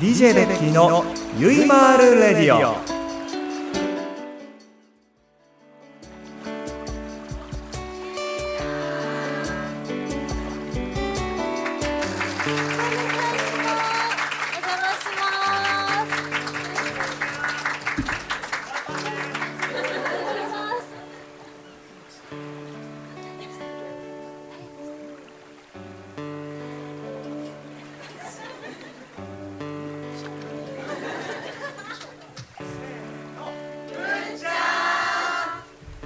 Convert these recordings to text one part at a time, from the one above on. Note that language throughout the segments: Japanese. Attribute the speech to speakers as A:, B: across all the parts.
A: DJ ベッキーのゆいまるレディオ
B: お願いします。お邪魔します。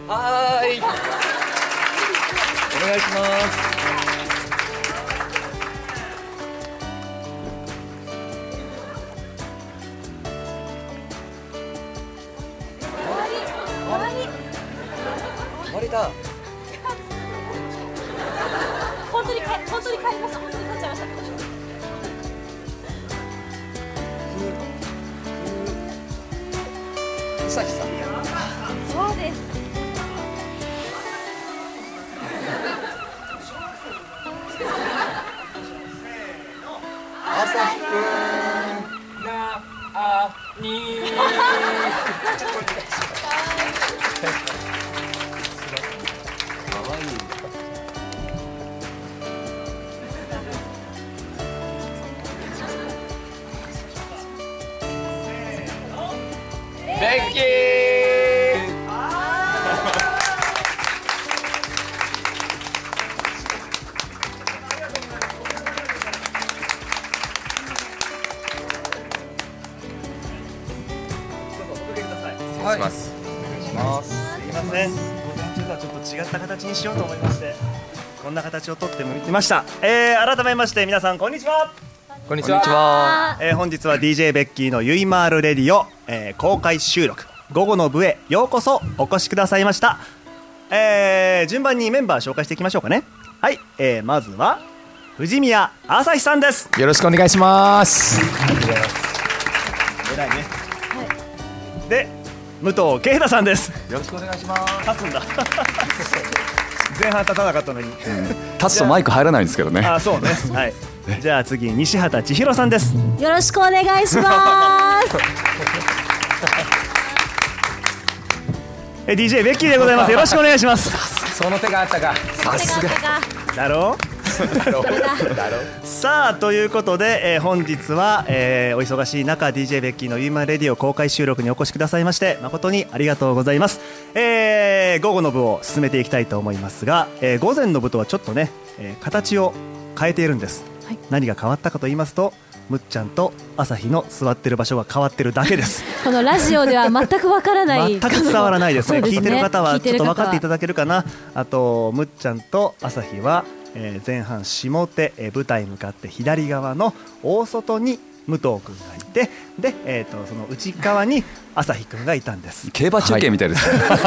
C: はーい。お願いします。
B: 終わり。終わり。
C: 終わりだ。
B: 本当に帰本当に帰りました。本当に帰っちゃいました。
C: うさぎさん。
B: そうです。
C: 朝日くん。なあに。可愛い。ベッキー。
D: 失礼します。
A: すいません午前中とはちょっと違った形にしようと思いましてこんな形をとって向いてました、えー、改めまして皆さんこんにちは、
D: こんに
C: ちはこんにちは
A: えー、本日は DJ ベッキーのゆいまるレディオ、えー、公開収録午後の部へようこそお越しくださいました、えー、順番にメンバー紹介していきましょうかねはい、えー、まずは藤宮朝日さんです
D: よろしくお願いします。
A: 偉いね、で武藤圭太さんです
D: よろしくお願いします。
A: 立つんだ 前半立たなかったのに
D: 立つとマイク入らないんですけどね。
A: あそうねはいじゃあ次西畑千尋さんです
B: よろしくお願いします。
A: え DJ ベッキーでございますよろしくお願いします
D: その手があったか。 さすが。
A: だろうさあということで、えー本日は、えーお忙しい中 DJ ベッキーの「ユーマンレディオ」公開収録にお越しくださいまして誠にありがとうございます、えー午後の部を進めていきたいと思いますが、えー午前の部とはちょっとね、えー形を変えているんです、何が変わったかと言いますとむっちゃんと朝日の座ってる場所が変わってるだけです
E: このラジオでは全くわからない
A: 全く伝わらないですね
E: そう
A: 聞いてる方はちょっと分かっていた
E: だ
A: だけるかなあとむっちゃんと朝日は、えー前半下手、えー舞台向かって左側の大外に武藤君がいてで、えー、とその内側に朝日君がいたんです
D: 競馬中継みたい ですね。言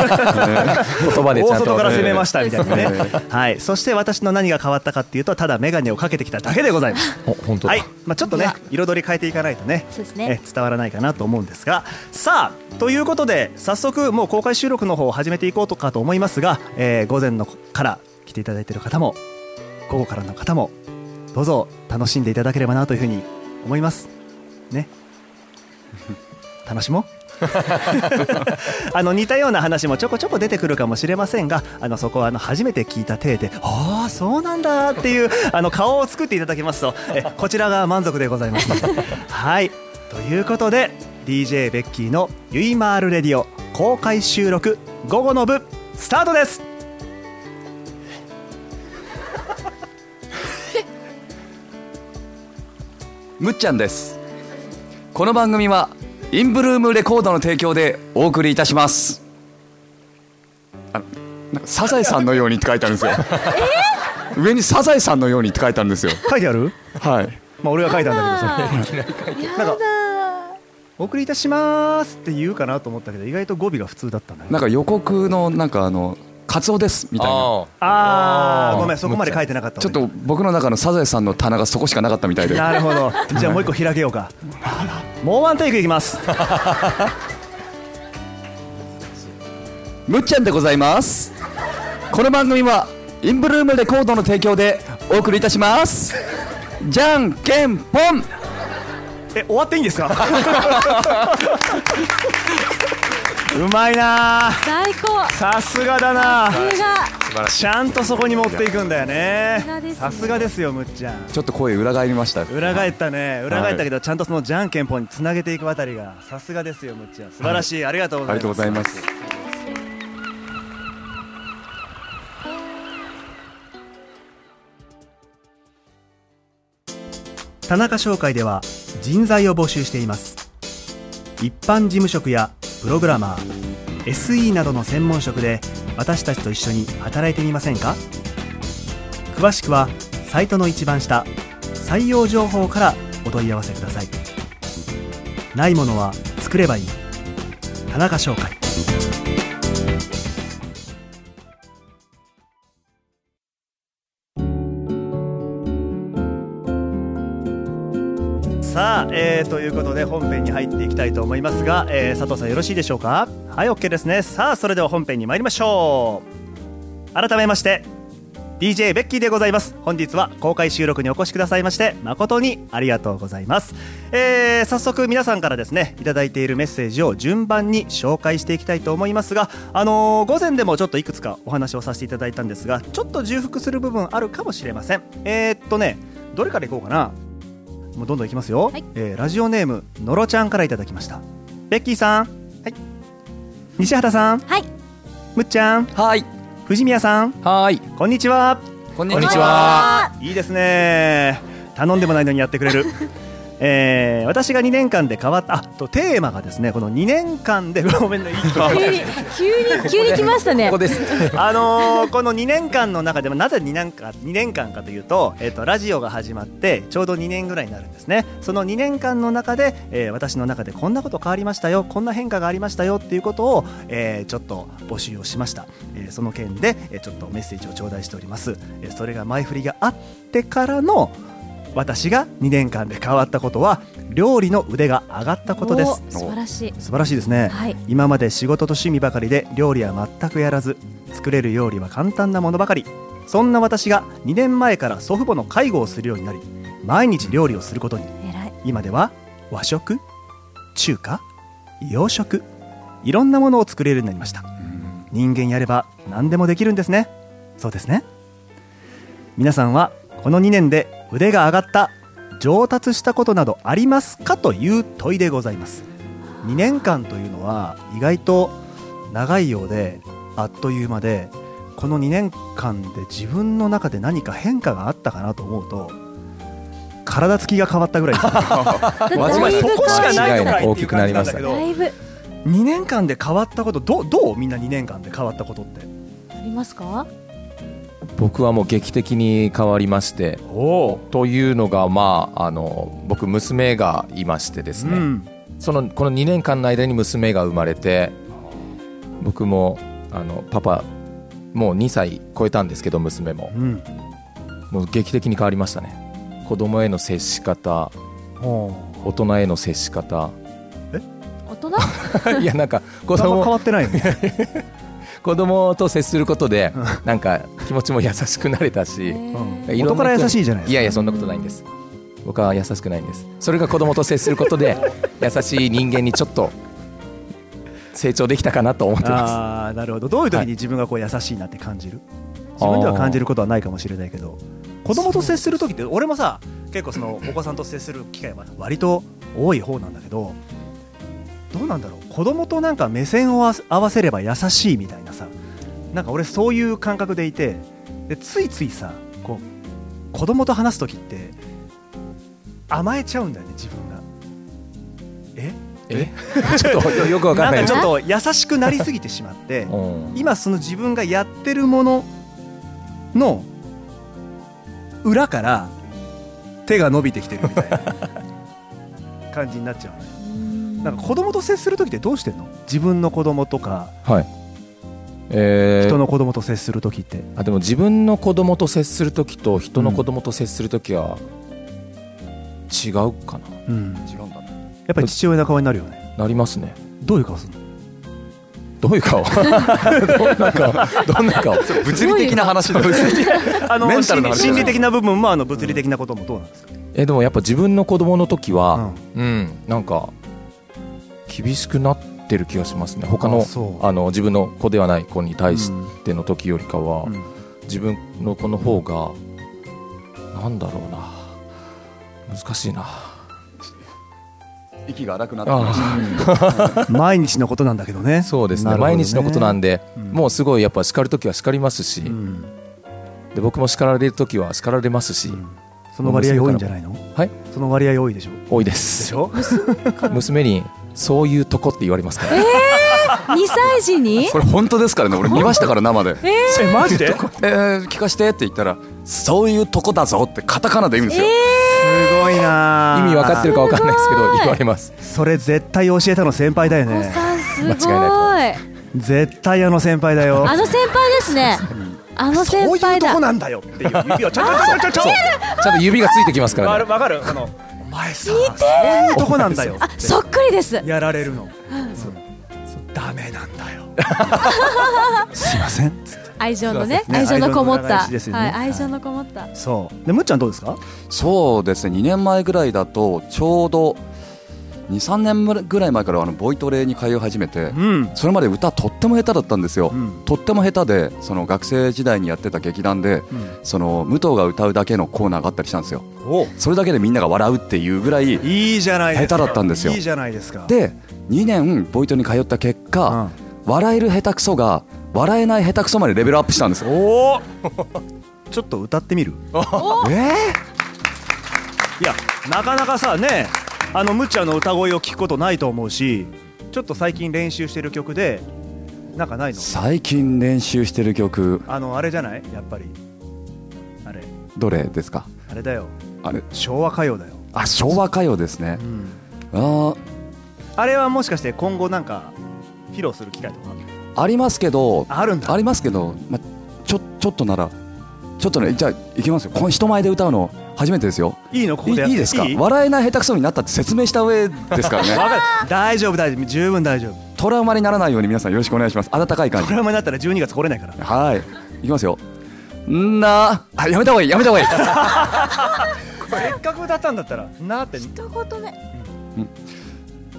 D: 葉で
A: 大
D: ちゃんと。
A: 外から攻めましたみたい なね
D: そうです、
A: はい、そして私の何が変わったかっていうとただ眼鏡をかけてきただけでございます
D: お。本当だ。
A: はい、まあ、ちょっとね彩り変えていかないとね
E: そうですね
A: え伝わらないかなと思うんですがさあということで早速もう公開収録の方を始めていこうとかと思いますが、えー午前のから来ていただいている方も午後からの方もどうぞ楽しんでいただければなというふうに思います ね楽しもう あの似たような話もちょこちょこ出てくるかもしれませんがあのそこはあの初めて聞いた体で「ああそうなんだ」っていう あの顔を作っていただきますとえこちらが満足でございます。 はいということで DJ ベッキーの「ゆいまーるレディオ」公開収録午後の部スタートです
D: むっちゃんです。この番組はインブルームレコードの提供でお送りいたします。あなんかサザエさんのようにって書いてあるんですよ。上にサザエさんのようにって書いてあるんですよ。
A: 書いてあ る
D: はい。
A: まあ俺が書いたんだけどさ
E: や
A: なんか
E: だ
A: 「お送りいたします」って言うかなと思ったけど意外と語尾が普通だったんだね
D: なんか予告のなんかあのカツオですみたいな。
A: ああごめんそこまで書いてなかった
D: ちょ
A: わ
D: っと僕の中のサザエさんの棚がそこしかなかったみたいで。
A: なるほど。 じゃあもう一個開けようか。もうワンテイクいき ます。
D: むっちゃんでございますこの番組はインブルームレコードの提供でお送りいたしますじゃんけんぽん
A: え終わっていいんです かうまいなあ
E: 最高
A: さすがだな
F: 素
E: 映画
F: 晴らしい
A: ちゃんとそこに持っていくんだよね
E: さすがですね
A: さすがですよむっちゃん
D: ちょっと声裏返りました
A: 裏返ったね裏返ったけどちゃんとそのじゃんけんぽんにつなげていくあたりがさすがですよむっちゃん素晴らしいありがとうご
D: あり
A: ざい
D: がとう
A: ま
D: ご
A: す
D: ざいます
A: 田中商会では人材を募集しています一般事務職やプログラマー SE などの専門職で私たちと一緒に働いてみませんか詳しくはサイトの一番下採用情報からお問い合わせくださいないものは作ればいい田中商会さあ、えーということで本編に入っていきたいと思いますが、えー佐藤さんよろしいでしょうかはい OK ですねさあそれでは本編に参りましょう改めまして DJ ベッキーでございます本日は公開収録にお越しくださいまして誠にありがとうございます、えー早速皆さんからですねいただいているメッセージを順番に紹介していきたいと思いますがあのー午前でもちょっといくつかお話をさせていただいたんですがちょっと重複する部分あるかもしれませんえーっとねどれからいこうかなもうどんどんいきますよ、
E: はい
A: えーラジオネームのろちゃんからいただきましたベッキーさんはい西畑さん
E: はい
A: むっちゃん
D: はい
A: 藤宮さん
D: はい
A: こんにちは
D: こん
F: こんにちは。
A: いいですね頼んでもないのにやってくれる えー私が2年間で変わったあとテーマがですねこの2年間でごめんねいい
E: 急に急に急に来ましたね
D: ここです
A: あのーこの2年間の中でもなぜ2年間2年間かというと,、えっとラジオが始まってちょうど2年ぐらいになるんですねその2年間の中で、えー私の中でこんなこと変わりましたよこんな変化がありましたよっていうことを、えーちょっと募集をしました、えーその件で、えーちょっとメッセージを頂戴しております、えーそれが前振りがあってからの私が2年間で変わったことは料理の腕が上がったことです
E: お素晴らしい
A: 素晴らしいですね、
E: はい
A: 今まで仕事と趣味ばかりで料理は全くやらず作れる料理は簡単なものばかりそんな私が2年前から祖父母の介護をするようになり毎日料理をすることに
E: 偉い
A: 今では和食中華洋食いろんなものを作れるようになりました人間やれば何でもできるんですねそうですね皆さんはこの2年で腕が上がった上達したことなどありますかという問いでございます2年間というのは意外と長いようであっという間でこの2年間で自分の中で何か変化があったかなと思うと体つきが変わったぐらいです
E: だって
D: 間
E: だ
D: 違
E: い
D: い
E: ぶ
A: そこしかないのかいっていう感じなんだけ
F: 間違いなく大きくなりましたね
A: ど
E: だいぶ
A: 2年間で変わったことどうどうみんな2年間で変わったことって
E: ありますか
F: 僕はもう劇的に変わりまして。
A: お
F: というのが、まあ、あの僕娘がいましてです
A: う
F: ね、
A: ん
F: そのこの2年間の間に娘が生まれて僕もあのパパもう2歳超えたんですけど娘も
A: うん
F: もう劇的に変わりましたね子供への接し方
A: お
F: 大人への接し方
E: 大人
F: いやなんか子
A: 子供変
F: 供
A: わってないよね
F: 子供と接することでなんか気持ちも優しくなれたし
E: え
F: いろ
A: 元
F: んな
A: から優しいじゃないです
F: い
A: か
F: やいやそんなことないんです僕は優しくないんですそれが子供と接するこ とで優しい人間にちょっと成長できたかなと思ってま
A: ああーなるほどどういう時
F: は
A: に
F: い
A: 自分がこう優しいなって感じる
F: す
A: 自分では感じることはないかもしれないけど子供と接する時って俺もさ結構そのお子さんと接する機会は割と多い方なんだけどどうなんだろう子供となんか目線を合わせ合わせれば優しいみたいなさなんか俺そういう感覚でいてでついついさこう子供と話す時って甘えちゃうんだよね自分がえ
F: え ちょっとよくわかんない
A: んか
F: です
A: ちょっと優しくなりすぎてしまっ て
F: うん
A: 今その自分がやってるものの裏から手が伸びてきてるみたいな感じになっちゃうねなんか子供と接する時ってどうしてんの自分の子供とか
F: はいえー
A: 人の子供と接する時って、
F: あでも自分の子供と接する時と人の子供と接する時は違うかな、
A: うんや
D: 違うんだね
A: っぱり父親の顔になるよね
F: なりますね
A: どういう顔するの
F: どういう顔 どんな顔どんな顔
D: 物理的な話だ
A: あの
D: メンタルの話
A: 心理心理的な部分もあの物理的なこともどうなんですか、
F: えでもやっぱ自分の子供の時は
A: ん、
F: うん、なんか厳しくなってる気がしますね。他の
A: あそう
F: あの自分の子ではない子に対し
A: うん
F: ての時よりかは、
A: うん
F: 自分の子の方がなんだろうな難しいな。
D: 息が荒くなって
F: あ
D: ます
A: 毎日のことなんだけどね
F: そうです
A: な
F: ね
A: るほど
F: 毎日のことなんで、
A: うん
F: もうすごいやっぱ叱る時は叱りますし、
A: うん
F: で僕も叱られる時は叱られますし、
A: うんその割合多いんじゃないの
F: はい
A: その割合多いでしょ
F: 多いで
A: ですしょ
F: 娘にそういうとこって言われますから、
E: 二歳児に
D: これ本当ですからね俺見ましたから生で「
A: えマジです
D: えー、聞かして」って言ったら「そういうとこだぞ」ってカタカナで言うんですよ、
A: ごいな
F: 意味分かってるか分かんないですけ
E: す
F: ど
E: ごい
F: 言われます
A: それ絶対教えたの先輩だよ
E: お子
A: ね
E: さんすごい
F: 間違い
A: 絶対あの先輩だよ
E: あの先輩ですねあの先輩
A: そういうと
E: だ
A: こなんだよっていう指をちょちょちょちょちょ
F: ちゃんと指がついてきますか
A: わ
F: ら
A: か
F: ね
A: るわかるあのお前さそういうとこなんだよ
E: あそっくりです
A: やられるのそうそうダメなんだよすいません
E: 愛情のね
A: ね
E: 愛情のこもっ
A: 愛情の裏
E: た
A: 返しですよね
E: はい愛情のこもった
A: そうでむっちゃんどうですか
D: そうですね2年前ぐらいだとちょうど23年ぐらい前からあのボイトレに通い始めて
A: うん
D: それまで歌とっても下手だったんですよ、
A: うん
D: とっても下手でその学生時代にやってた劇団でその武藤が歌うだけのコーナーがあったりしたんですよ
A: お
D: それだけでみんなが笑うっていうぐらい
A: いいじゃないですか
D: 下手だったんですよ
A: いいじゃないですか
D: で2年ボイトに通った結果、笑える下手くそが笑えない下手くそまでレベルアップしたんですよ
A: お おちょっと歌ってみる
D: え
A: いやなかなかさねあのむっちゃんの歌声を聞くことないと思うしちょっと最近練習してる曲でなんかないの
D: 最近練習してる曲
A: あのあれじゃないやっぱりあれ
D: どれですか
A: あれだよ
D: あれ
A: 昭和歌謡だよ、
D: あ昭和歌謡ですねあー
A: あれはもしかして今後なんか披露する機会とか
D: ありますけど
A: あるんだ
D: ありますけど、ま、ちょちょっとならちょっとねじゃあいきますよこの人前で歌うの初めてですよ
A: いいのこ
D: い
A: こでやって
D: いいですか
A: いいわ
D: 笑えない下手くそになったって説明した上ですか らね
A: かる大丈夫大丈夫十分大丈夫
D: トラウマにならないように皆さんよろしくお願いします温かい感
A: ト
D: じ
A: ラウマになったら12月来れないから
D: はいいきますよんなあやめた方がいいやめた方がいい
A: せっかく歌ったんだったらなーって
E: 一言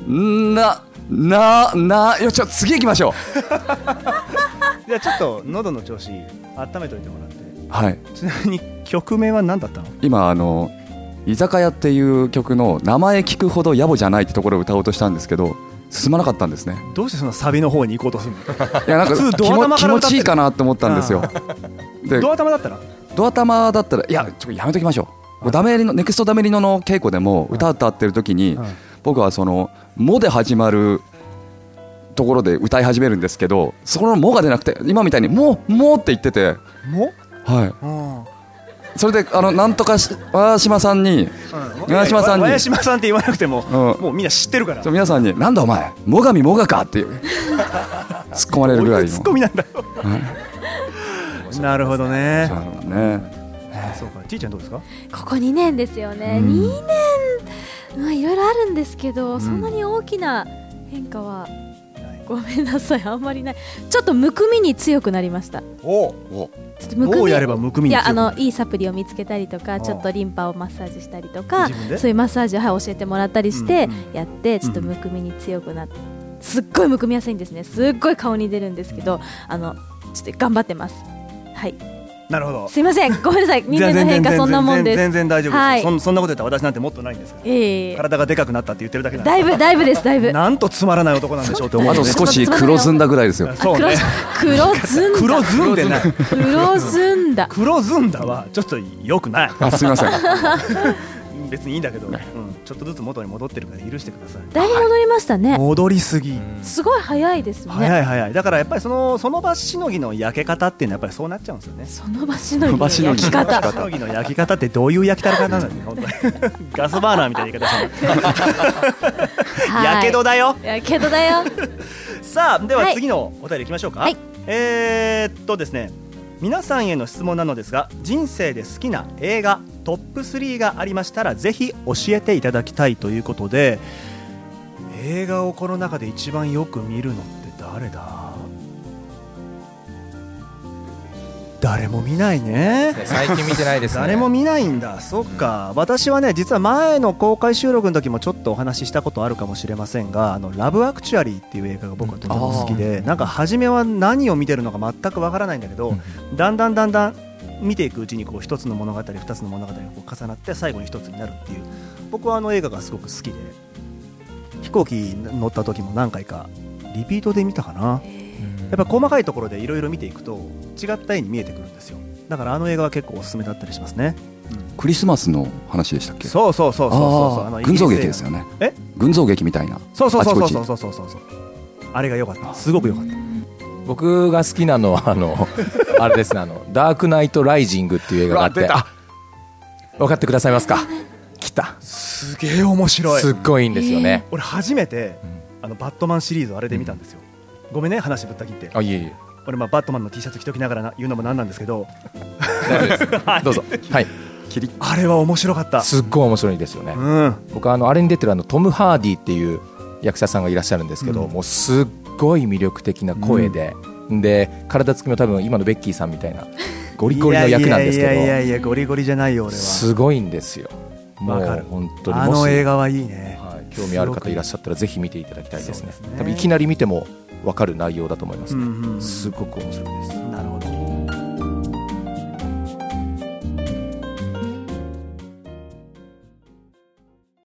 E: 目
D: な、な、な、よ、ちょ、次行きましょ
A: じゃあちょっと喉の調子温めといてもらって
D: う。はい、
A: ちなみに曲名は何だったの
D: 今、あの、居酒屋っていう曲の名前聞くほど野暮じゃないってところを歌おうとしたんですけど。進まなかったんですね。
A: どうしてそのサビの方に行こうとするの
D: いや、なんか、
A: 普通
D: 気
A: ドア玉
D: も気
A: から歌っ
D: 持
A: て
D: ち
A: る
D: いいかなと思ったんですよ。で、
A: ドア玉だったら
D: ドア玉だったら、いや、ちょっとやめときましょう。もうダメリの、ネクストダメリノの稽古でも、歌歌ってる時に
A: うん、
D: 僕はその、もで始まる。ところで歌い始めるんですけど、そこのもが出なくて、今みたいに、もう、もうって言ってて。
A: も
D: はい。
A: うん
D: それであのなんとかしわー島さんに長嶋さんに
A: 長嶋さんって言わなくても、
D: うん
A: もうみんな知ってるから
D: ちょ皆さんに「なんだお前最上もがか」っていう突っ込まれるぐらいの
A: ツッコミなんだよなるほどね
D: そうね
A: そうかちいちゃんどうですか
E: ここ2年ですよね、
A: うん
E: 2年、まあ、いろいろあるんですけど、そんなに大きな変化はごめんなさいあんまりないちょっとむくみに強くなりましたち
A: お
D: お
E: ょっとむくみ
A: どうやればむくみ
E: い
A: に強
E: やあ
A: くな
E: の
A: る
E: いいサプリを見つけたりとか
A: あ
E: ちょっとリンパをマッサージしたりとか
A: 自分で
E: そういうマッサージを、はい、教えてもらったりして
A: うんうん
E: やって、ちょっとむくみに強くなってすっごいむくみやすいんですねすっごい顔に出るんですけどあのちょっと頑張ってますはい
A: なるほど
E: すいませんごめんなさい2年の
A: 全然
E: 変
A: 全
E: 化
A: 然
E: そんなもん
A: 全
E: です
A: 然全然大丈夫
E: は
A: で
E: い
A: すそんそんなこと言ったら私なんてもっとないんですから
E: ええ
A: 体がでかくなったって言ってるだけなん
E: だいぶだいぶですだいぶ
A: なんとつまらない男なんでしょうって思う
D: あ
A: よ
D: と
A: ね
D: 少し黒ずんだぐらいですよ
A: そう
E: 黒
A: ね
E: ず黒ず
A: 黒ず
E: んだ
A: んでない
E: 黒ずんだ
A: 黒ずんだはちょっと良くない
D: あすみません
A: 別にいいんだけど、うん、ちょっとずつ元に戻ってるから許してください
E: だいぶ戻りましたね
A: 戻りすぎ
E: すごい早いですね
A: 早い早いだからやっぱりそのその場しのぎの焼け方っていうのはやっぱりそうなっちゃうんですよね
E: その場しのぎ
D: 場しの
E: の
D: ぎ
E: 焼き
A: その場
E: 方
A: しのぎの焼き方ってどういう焼き方なのに 本当にガスバーナーみたいな言い方してるやけど
E: だ
A: だよ
E: やけどだよ
A: さあでは
E: はい
A: 次のお便りいきましょうか、
E: はい
A: えー、っとですね皆さんへの質問なのですが人生で好きな映画トップ3がありましたらぜひ教えていただきたいということで映画をこの中で一番よく見るのって誰だ誰も見ないね
F: 最近見てないですね
A: 誰も見ないんだそっか、私はね実は前の公開収録の時もちょっとお話ししたことあるかもしれませんが「あのラブ・アクチュアリー」っていう映画が僕はとても好きで、なんか初めは何を見てるのか全くわからないんだけど、だんだんだんだん見ていくうちにこう一つの物語二つの物語がこう重なって最後に一つになるっていう僕はあの映画がすごく好きで飛行機乗った時も何回かリピートで見たかな。やっぱ細かいところでいろいろ見ていくと違った絵に見えてくるんですよだからあの映画は結構おすすめだったりしますね
D: クリスマスの話でしたっけ
A: そうそうそうそうそうそう
D: あ
A: あ
D: ー
A: のイギ
D: 群
A: リス
D: 像
A: 映画
D: 劇ですよね
A: え
D: 群像劇みたいな
A: そうそうそう
D: あち
A: そ
D: こ
A: う
D: ち
A: そうそうそうそうあれが良かったすごく良かった
F: 僕が好きなのは あのあれですねあの「ダークナイト・ライジング」っていう映画があって
D: うわ
F: 分かってくださいますか来た
A: すげえ面白
F: すっごいいいんですよね、
A: 俺初めてあのバットマンシリーズをあれで見たんですよごめんね話ぶった切って
F: あいえいえ
A: 俺まあバットマンの T シャツ着ときながらな言うのもなんなんですけど
F: 大丈夫です、どうぞはい
A: あれは面白かった
F: すっごい面白いですよね、
A: うん
F: 僕あのあれに出てるあのトム・ハーディっていう役者さんがいらっしゃるんですけど、
A: うん
F: もうすっごい魅力的な声で、で体つきも多分今のベッキーさんみたいなゴリゴリの役なんですけど
A: いやいやいやいやゴリゴリじゃないよ俺は
F: すごいんですよも
A: わかる
F: う本当に
A: あ
F: もし
A: の映画はいいね
F: はい、興味ある方いらっしゃったらぜひ見ていただきたいですね
A: そうですね
F: 多分いきなり見ても分かる内容だと思いますね、
A: うんうんうん
F: すごく面白いです
A: なるほど